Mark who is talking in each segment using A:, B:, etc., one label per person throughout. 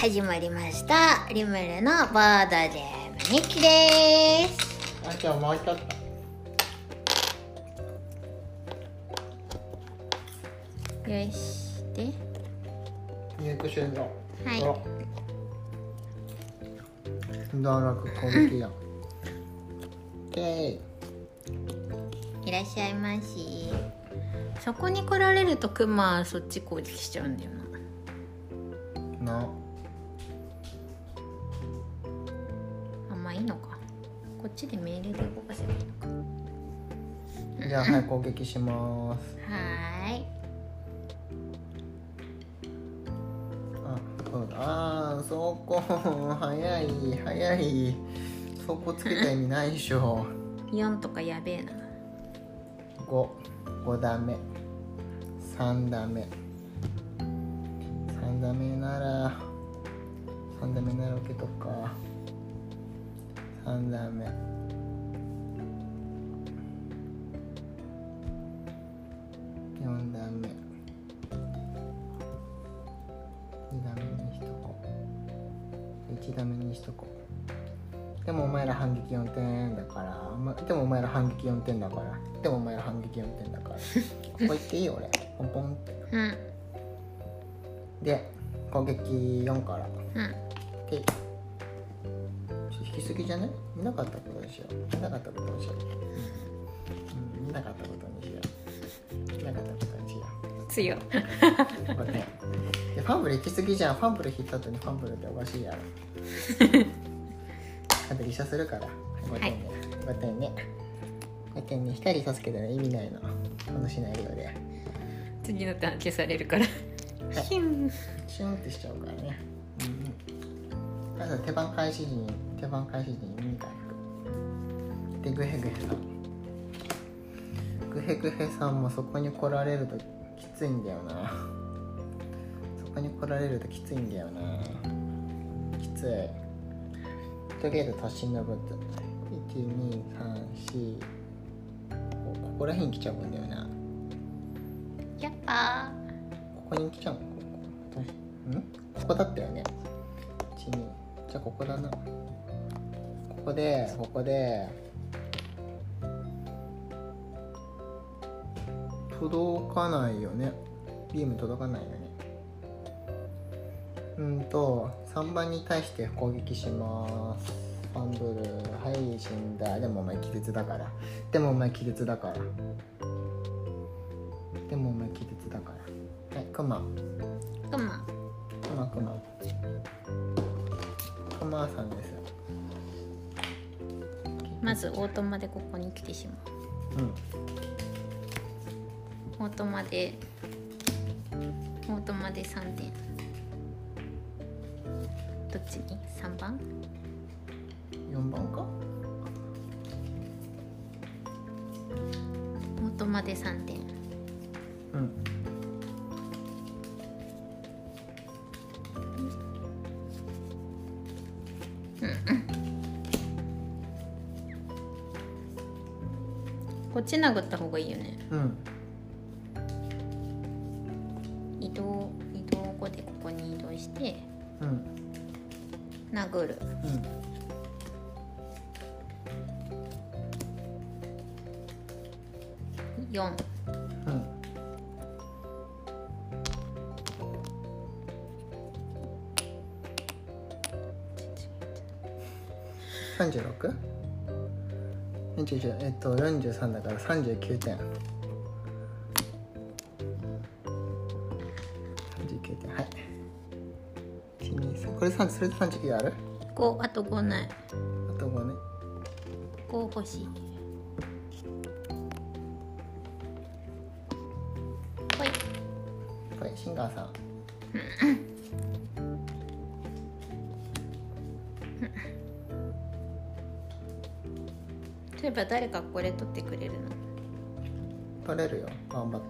A: 始まりましたリムルのバーダでニッキです
B: あんちゃんもうちょっと
A: よしで
B: 入浴終了
A: はい
B: い道楽攻撃やで
A: いらっしゃいましそこに来られるとクマそっち攻撃しちゃうんだよな
B: な
A: あんまあいいのかこっちで命令で動かせばいいのか
B: じゃあはい攻撃します
A: はーい
B: あそうだあーそこ早い早いそこつけた意味ないでしょ
A: 4とかやべえな
B: 55ダメ3ダメ3ダメなら3ダメなら受けとくか3ダメ4ダメ2ダメにしとこう1ダメにしとこうでもお前ら反撃4点だからお前でもお前ら反撃4点だからでもお前ら反撃4点だからここ行っていいよ俺ポンポンって
A: うん
B: で攻撃4から
A: うん
B: でちょっと引きすぎじゃない見なかったことにしよう見なかったことにしよう、うん、見なかったことにしよう見なかったことにしよう
A: 強い
B: これねでファンブル行き過ぎじゃんファンブル引いた後にファンブルっておかしいやろあと医者するから5点ね5点ね5点ね光さすけどね意味ないのこのシナリオで
A: 次のターン消されるから ヒュン
B: シュンってしちゃうからねうんあと手番開始時に手番開始時に耳が引くでグヘグヘさんグヘグヘさんもそこに来られるときついんだよなそこに来られるときついんだよなきついとりあえず年のぶつ1234こここら辺来ちゃうんだよな
A: やっぱ
B: ここに来ちゃうのここんここだったよね1 2じゃあここだなここでここで届かないよねビーム届かないよねうんと3番に対して攻撃しますファンブルはい死んだでもお前気絶だからでもお前気絶だからでもお前気絶だからはいクマ
A: クマ
B: くまくまくまさんです
A: まずオートマでここに来てしま
B: うん
A: うオートマでオートマで3点どっちに ?3 番
B: 4番か
A: オートマで3点
B: うん
A: こっち殴った方がいいよね
B: うん
A: 移動移動後でここに移動して
B: うん
A: 殴る
B: うん
A: 4
B: うん36? 29えっと43だから39点39点はい123これ3それで39ある
A: 5あと5ない
B: あと5ね
A: 5欲しいほい
B: これシンガーさん
A: そういえば誰かこれ取ってくれるの
B: 取れるよ頑張って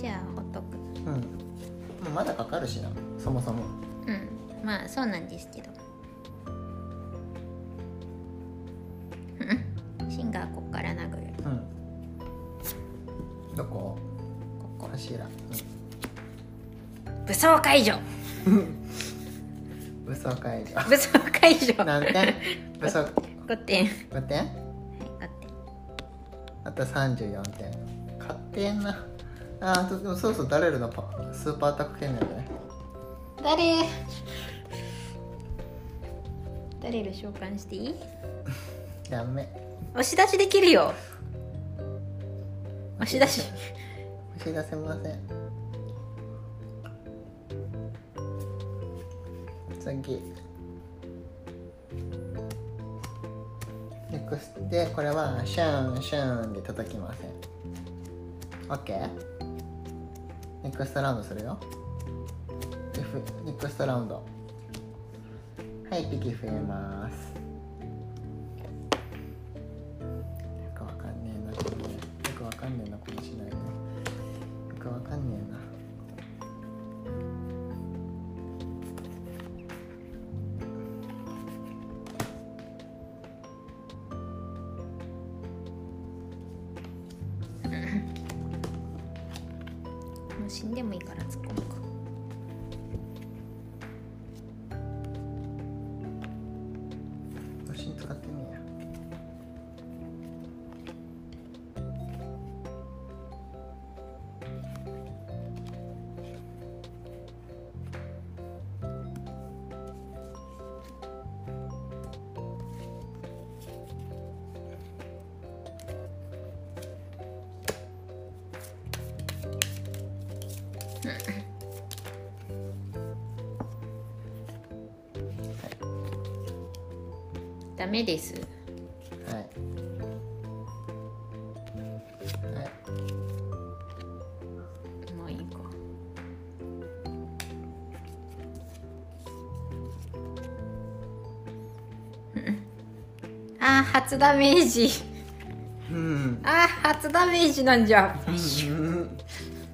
A: じゃあほっとく
B: うんもうまだかかるしなそもそも
A: うんまあそうなんですけどうんシンガーこっから殴る
B: うんどこ
A: ここ
B: 柱、うん
A: 武装解除
B: 武装解 除
A: 武装解除
B: 何点武装
A: 5点
B: 5点
A: はい5点
B: あと34点勝手やなあーとでもそうそう誰ルのパスーパーアタック圏内だね
A: 誰誰ル召喚していい
B: ダメ
A: 押し出しできるよ押し出し
B: 押し出せません次ネクストでこれはシャンシャンで叩きません OK ネクストラウンドするよギフネクストラウンドはいピキ増えますよくわかんねえなこれよくわかんねえなこれしないでよくわかんねえな
A: もう死んでもいいから突っ込むか
B: 写真使ってみや
A: ダメです
B: はい。はい。
A: もういいかうんあー初ダメージ
B: うん。
A: あー初ダメージなんじゃ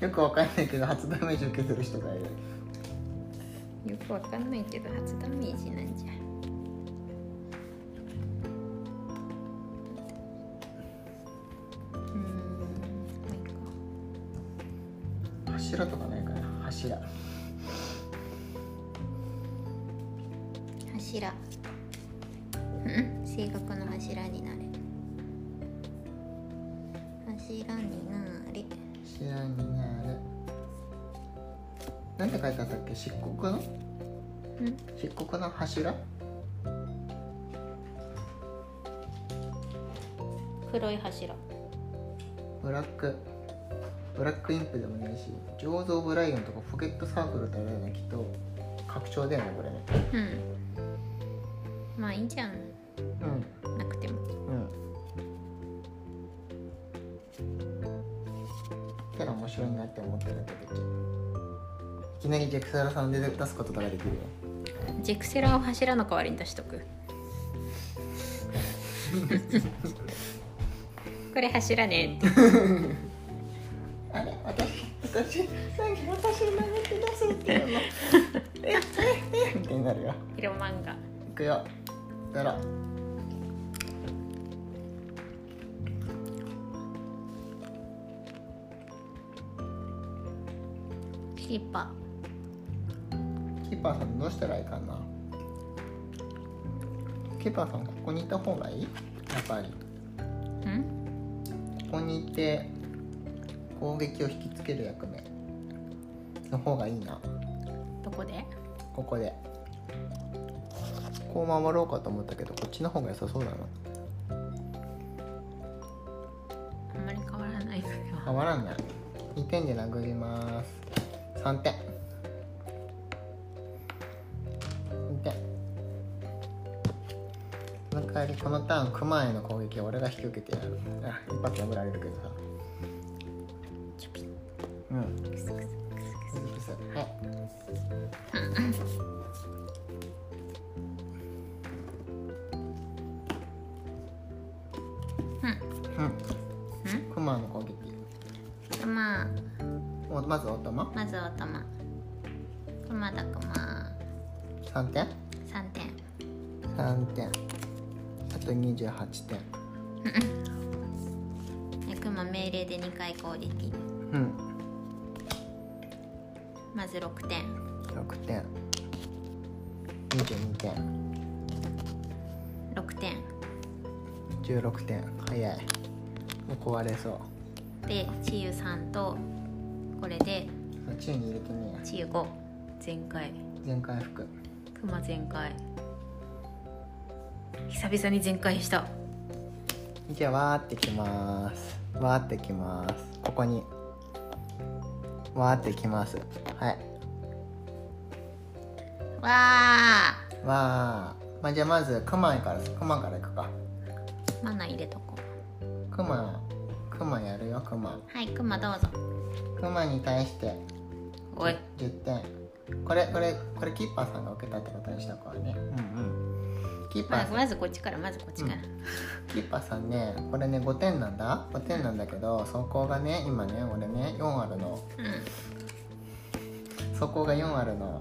B: よくわかんないけど、初ダメージ受けてる人がいる。
A: よくわかんないけど初ダメージなんじゃうーんまあいいか
B: 柱とかないかな、柱。
A: 柱うん性格の柱になれ柱になれ
B: 柱になる。なんて書いてあったっけ、漆黒の。
A: うん
B: 漆黒の柱。
A: 黒い柱
B: ブラック。ブラックインプでもないし、醸造ブライオンとかポケットサークルってあれだよね、きっと。拡張だよね、これね。
A: うんまあいいじゃん
B: うん。
A: なくても
B: うん。たら面白いなって思っただけできる。いきなりジェクサラさんで出すこととかできるよ。
A: ジェクセラを柱の代わりに出し とくこれ柱ねって
B: あれ私、私、なんか私を殴って出すっていうの。え、え、え、みたいになるよ。
A: 色漫画
B: いくよ。だろ。
A: キーパ
B: キーパーさんどうしたらいいかなキーパーさんここにいた方がいいやっぱり。
A: ーん
B: ここにいて攻撃を引きつける役目の方がいいな。
A: どこで
B: ここでこう守ろうかと思ったけどこっちの方が良さそうだな
A: あんまり変わらないから
B: 変わらんない2点で殴ります3点2点その代わりこのターンクマへの攻撃を俺が引き受けてやるあ一発殴られるけどさ
A: チュピ
B: う
A: クス
B: ん
A: クスク
B: クスクスはい
A: ス
B: うんクマの攻撃
A: んまあ
B: おまずオトマ
A: まずは頭くまだくま
B: 3
A: 3
B: 点
A: 点
B: 3点あと28点
A: えくま命令で2回クオリティ
B: うん
A: まず6点
B: 6点22点
A: 6点
B: 16点早いもう壊れそう
A: でチユ3とこれで
B: あ宙に入れてね
A: チユ5全開
B: 全回復
A: クマ全開久々に全開した
B: じゃあわーってきますわーってきますここにわーってきますはい
A: わー
B: わー、まあ、じゃあまずクマからクマからいくか
A: マナ入れとこ
B: クマクマやるよクマ
A: うはいクマどうぞ
B: クマに対して
A: おい
B: 10点これこれこれキッパーさんが受けたってことにしたからねうんうんキッパ
A: ま
B: ー
A: ず
B: さん
A: まずこっちからまずこっちから、
B: キッパーさんねこれね5点なんだ5点なんだけど走行がね今ね俺ね4あるの
A: う
B: 走行が4あるの
A: んうん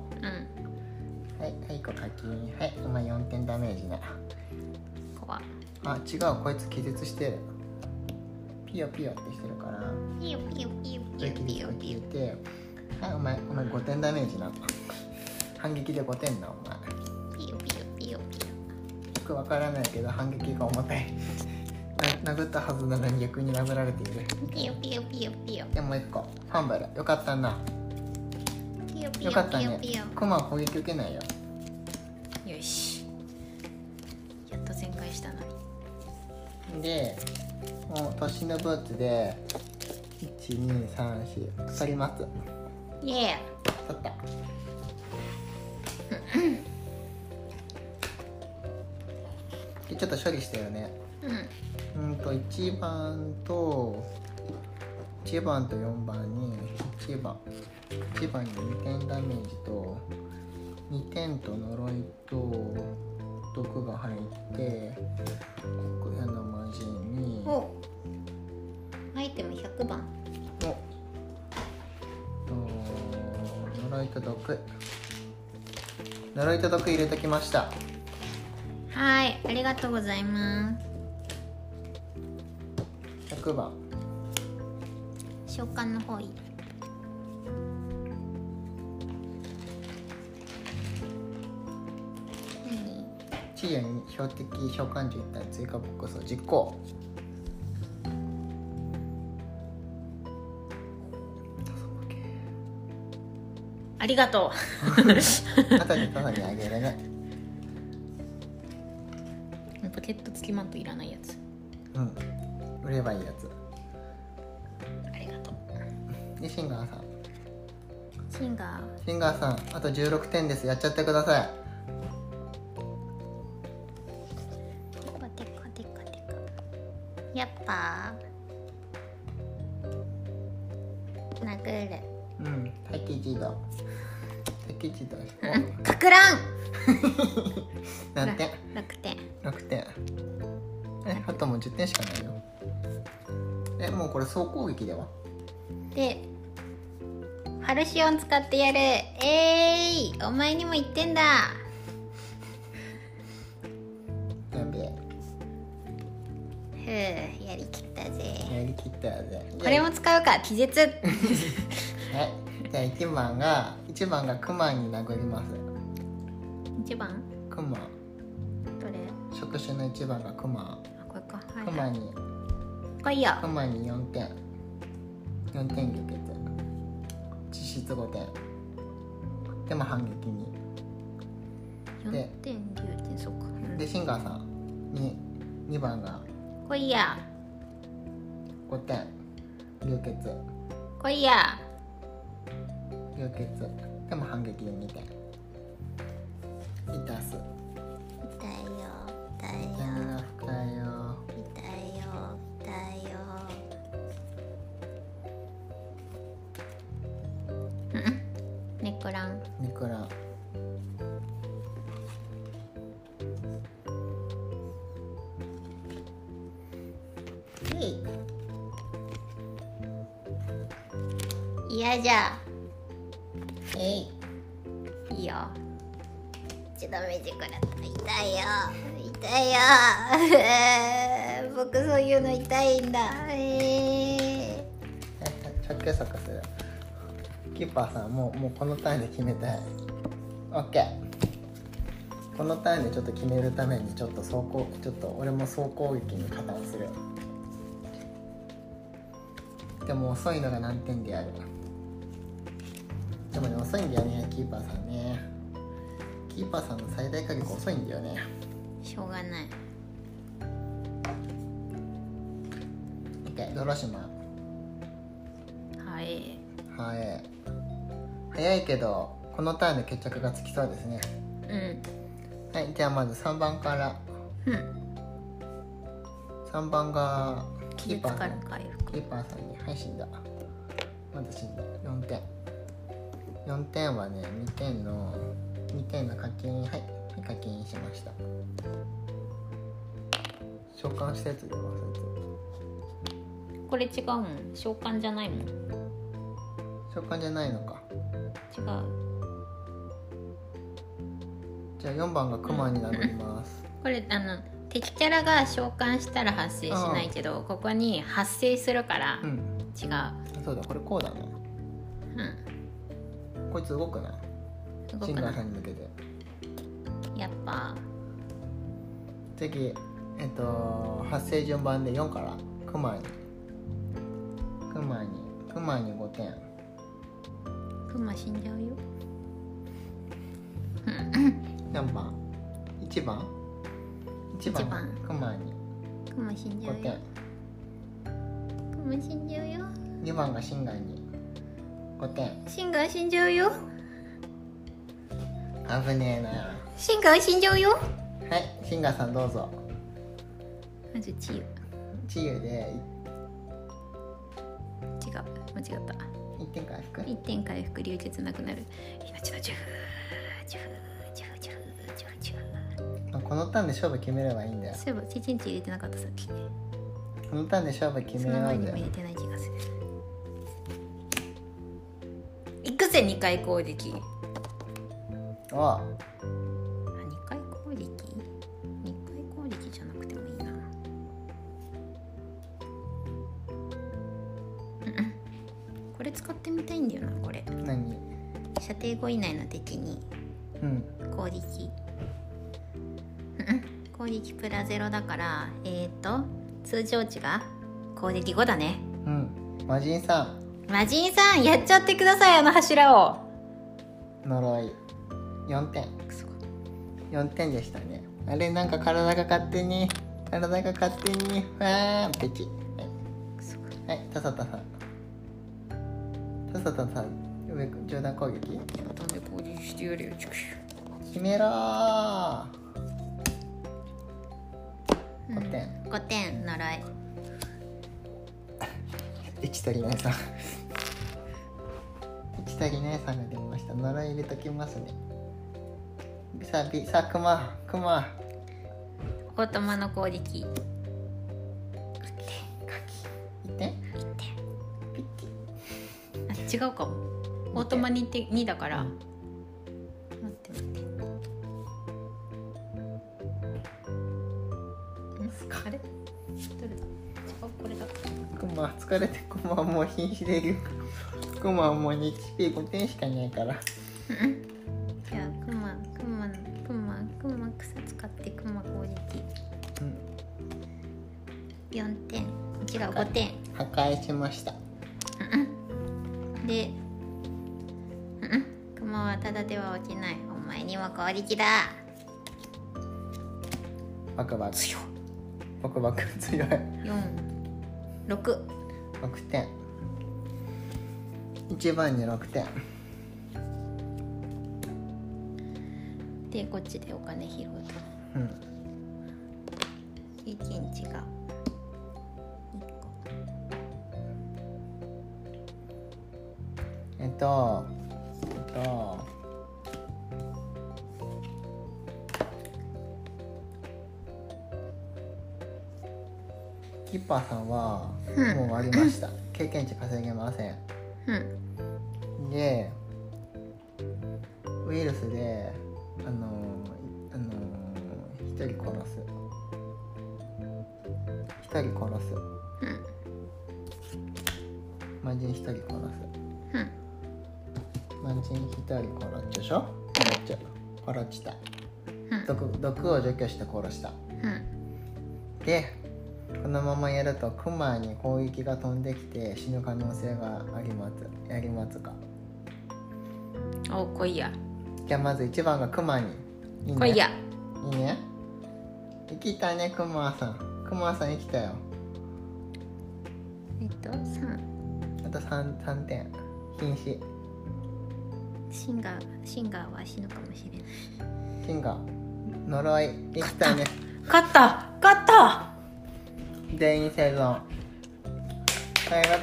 B: はいはいこ課金はい今4点ダメージね
A: 怖っ
B: あ違うこいつ気絶してるピヨピヨってしてるから
A: ピヨピヨピヨ
B: で気絶を消えてはいお前お前5点ダメージな反撃で5点なお前
A: ピヨピヨピヨピヨ
B: よくわからないけど反撃が重たい な殴ったはずなのに逆に殴られている
A: ピヨピヨピヨピヨ
B: でもう一個ファンブルよかったな
A: ピヨピ
B: よ
A: ヨ
B: かった
A: ピヨ
B: ね
A: ピヨ
B: クマは攻撃受けないよ
A: よしやっと全開したのに
B: でもう年のブーツで1234鎖ります
A: イエ
B: 取ったでちょっと処理したよね
A: ーうん
B: うんと1番と1番と4番に1番1番に2点ダメージと2点と呪いと毒が入って黒夜の魔人にお
A: おアイテム100番
B: と呪いと毒呪いと毒入れときました
A: はいありがとうございます
B: 100番
A: 召喚の方いい何
B: チーヤに標的召喚獣一体追加ボックスを実行
A: ありがと
B: 後で母にあげるね
A: うポケット付きマントいらないやつ
B: うん売ればいいやつ
A: ありがとう
B: でシンガーさん
A: シンガ
B: シンガーさんあと16点ですやっちゃってください
A: ーテカテカテカテカやっぱ殴る
B: うん待機児童待機児童
A: かくらん
B: お何点
A: 楽点
B: 6点えあともう10点しかないよえもうこれ総攻撃では
A: でファルシオン使ってやるえーいお前にも言ってんだ
B: やべえ
A: ふうやりきったぜ
B: やりきったやで
A: これも使うか気 絶
B: はいじゃあ1番が1番がクマに殴ります
A: 一番
B: クマ
A: どれ
B: 触手の1番がクマ
A: あこれかはい
B: クマに
A: これいいよ
B: クマに4点4点受けて実質5点でも反撃に
A: 四
B: で
A: 点九点そうかうん
B: でシンガーさんに2番が
A: これいいや
B: 5点流血
A: これいいや
B: 流血でも反撃で2点痛す
A: 痛いよ痛い
B: 痛みが深いよ
A: 痛いよ痛いようんネクラン
B: ニクラ
A: 嫌じゃ
B: えい
A: いいよちょっと短くなった痛いよ痛いよ僕そういうの痛いんだえ
B: 着脚速するキーパーさんもうもうこのターンで決めたい OK このターンでちょっと決めるためにちょっと走行ちょっと俺も総攻撃に加担するでも遅いのが難点であるでもね遅いんだよねキーパーさんねキーパーさんの最大火力遅いんだよね
A: しょうがない
B: OK ドロシマ
A: はい
B: はい早いけどこのターンで決着がつきそうですね
A: うん
B: はいじゃあまず3番から
A: うん
B: 3番がキ
A: 傷
B: ー
A: つ
B: パー
A: か
B: さ
A: ら
B: ん
A: 回
B: キ
A: 復
B: ーパーさんに「はい死んだ」まだ死んだ4点4点はね2点の2点の課金はいはい課金しました召喚したやつで忘れて
A: これ違うもん召喚じゃないもん違う
B: 召喚じゃないのかじゃあ4番がクマになります
A: これあの敵キャラが召喚したら発生しないけどここに発生するから
B: うん
A: 違う
B: そうだこれこうだね
A: う
B: こいつ動くなん
A: 動
B: シン
A: く
B: ガー
A: な
B: さんに向けて
A: やっぱ
B: 次えっと発生順番で4からクマにクマにクマに5点
A: クマ死んじゃうよ
B: 何番 ?1 番 ?1 番
A: 一番
B: クマに
A: クマ死んじゃ
B: 5
A: うよ
B: 点
A: クマ死んじゃうよ
B: 2番がシンガーに5点
A: シンガー死んじゃうよ
B: 危ねえな
A: シンガー死んじゃうよ
B: はいシンガーさんどうぞ
A: まずチー違う
B: 治癒で
A: 間違った
B: 1点回復
A: 一点回復流血なくなる命のジュージュージュージュージュージュー
B: まあこのターンで勝負決めればいいんだよ
A: そういえばチンチンチ入れてなかったさっき
B: このターンで勝負決
A: そ
B: めよ
A: の
B: う
A: 前に
B: ぜ
A: も入れてない気がするいくぜ二回攻撃
B: おう
A: あ二回攻撃二回攻撃じゃなくてもいいなうんこれ使ってみたいんだよなこれ
B: 何
A: 射程5以内の敵に
B: うん
A: 攻撃うん攻撃プラゼロだからえっ、ー、と通常値が攻撃5だね
B: うん魔人さん
A: 魔人さんやっちゃってくださいあの柱を
B: 呪い4点4点でしたねあれなんか体が勝手に体が勝手にわーペチはいはいタサタサタサタサ上上段攻撃
A: なんで攻撃してやるよちくしょ
B: 決めろー5点
A: 5点習い
B: 1足りないさん1足りないさんが出ました呪い入れときますねさあ、ビさあ、クマ、クマ。
A: オートマの攻撃
B: 1点ピッキ
A: あ違うかもオートマにって2だから待って待ってんあれどれだ違うこれだ
B: クマ疲れてクマはもう瀕死でいるクマはもう HP5 点しかいないから
A: じゃあクマクマクマクマ草使ってクマ攻撃
B: うん
A: 4点違う5点
B: 破壊しました
A: でうんクマはただでは落ちないお前にも攻撃だ
B: バクバクバクバク強い
A: 46
B: 6点一番に6点
A: でこっちでお金拾うと
B: うん
A: 一日が一個
B: えっとえっとキッパーさんは
A: うん
B: もう終わりました経験値稼げません
A: うん
B: でウイルスであのーあのー、1人殺す1人殺す
A: うん
B: 魔人1人殺す
A: うん
B: 魔人1人殺っちゃでしょ殺っちゃ殺っちた
A: うんうん
B: 毒毒を除去して殺した
A: うん
B: でこのままやるとクマに攻撃が飛んできて死ぬ可能性がありますありますか
A: お来いや
B: じゃあまず1番がクマにいい
A: 来いや
B: いいね生きたねクマさんクマさん生きたよ
A: えっと三
B: あと 3, 3点瀕死
A: シンガーシンガーは死ぬかもしれない
B: 金が呪い生きたね
A: 勝った勝った
B: 全員生存というわ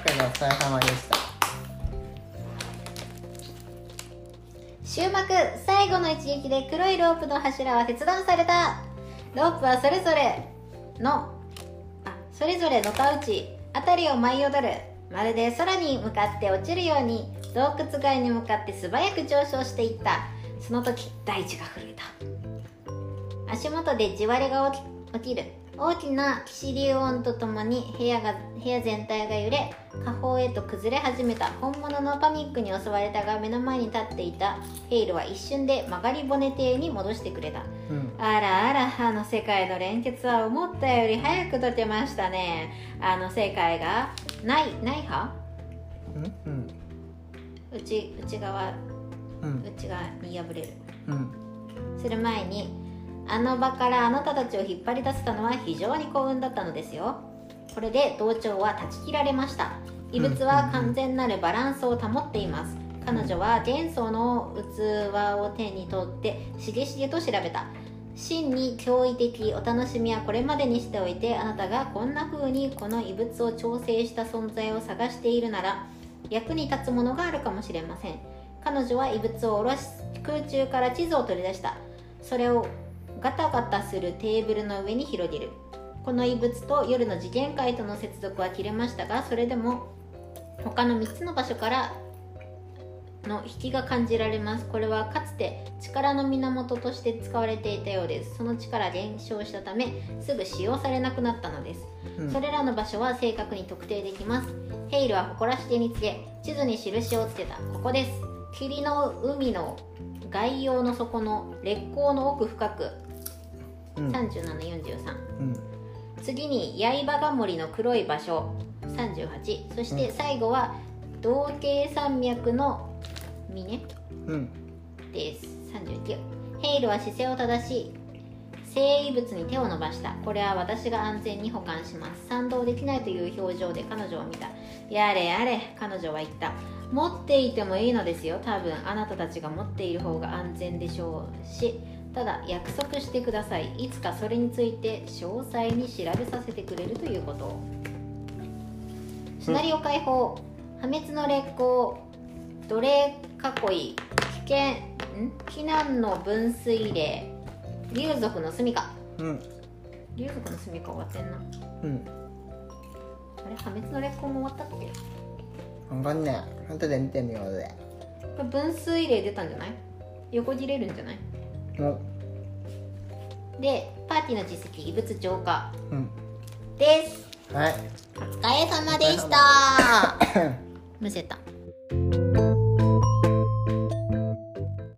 B: けでお疲れ様でした
A: 終幕最後の一撃で黒いロープの柱は切断されたロープはそれぞれのあそれぞれのたうち辺りを舞い踊るまるで空に向かって落ちるように洞窟街に向かって素早く上昇していったその時大地が震えた足元で地割れが起き起きる大きなキシリ音とともに部屋が部屋全体が揺れ下方へと崩れ始めた本物のパニックに襲われたが目の前に立っていたヘイルは一瞬で曲がり骨邸に戻してくれた
B: うん
A: あらあらあの世界の連結は思ったより早く解けましたねあの世界がないない派
B: うん
A: 内内側
B: うん
A: 内側に破れる
B: うん
A: する前にあの場からあなたたちを引っ張り出せたのは非常に幸運だったのですよこれで同調は断ち切られました異物は完全なるバランスを保っています彼女は元素の器を手に取ってしげしげと調べた真に驚異的お楽しみはこれまでにしておいてあなたがこんな風にこの異物を調整した存在を探しているなら役に立つものがあるかもしれません彼女は異物を下ろし空中から地図を取り出したそれをガタガタするテーブルの上に広げるこの異物と夜の次元界との接続は切れましたがそれでも他の3つの場所からの引きが感じられますこれはかつて力の源として使われていたようですその力は減少したためすぐ使用されなくなったのです
B: うん
A: それらの場所は正確に特定できますヘイルは誇らしげにつけ地図に印をつけたここです霧の海の概要の底の烈光の奥深く
B: うん
A: 3743
B: うん
A: 次に刃ヶ森の黒い場所38そして最後は同系山脈の峰
B: うん
A: です39ヘイルは姿勢を正し生異物に手を伸ばしたこれは私が安全に保管します賛同できないという表情で彼女を見たやれやれ彼女は言った持っていてもいいのですよ多分あなたたちが持っている方が安全でしょうしただ約束してくださいいつかそれについて詳細に調べさせてくれるということをシナリオ解放破滅の烈光奴隷囲い危険ん避難の分水嶺竜族の住処
B: うん
A: 竜族の住処終わってんな
B: うん
A: あれ破滅の烈光も終わったっけ
B: わかんない後で見てみようぜ
A: これ分水嶺出たんじゃない横切れるんじゃない
B: お
A: でパーティーの実績異物浄化
B: うん
A: です
B: はい
A: お疲れ様でしたむせた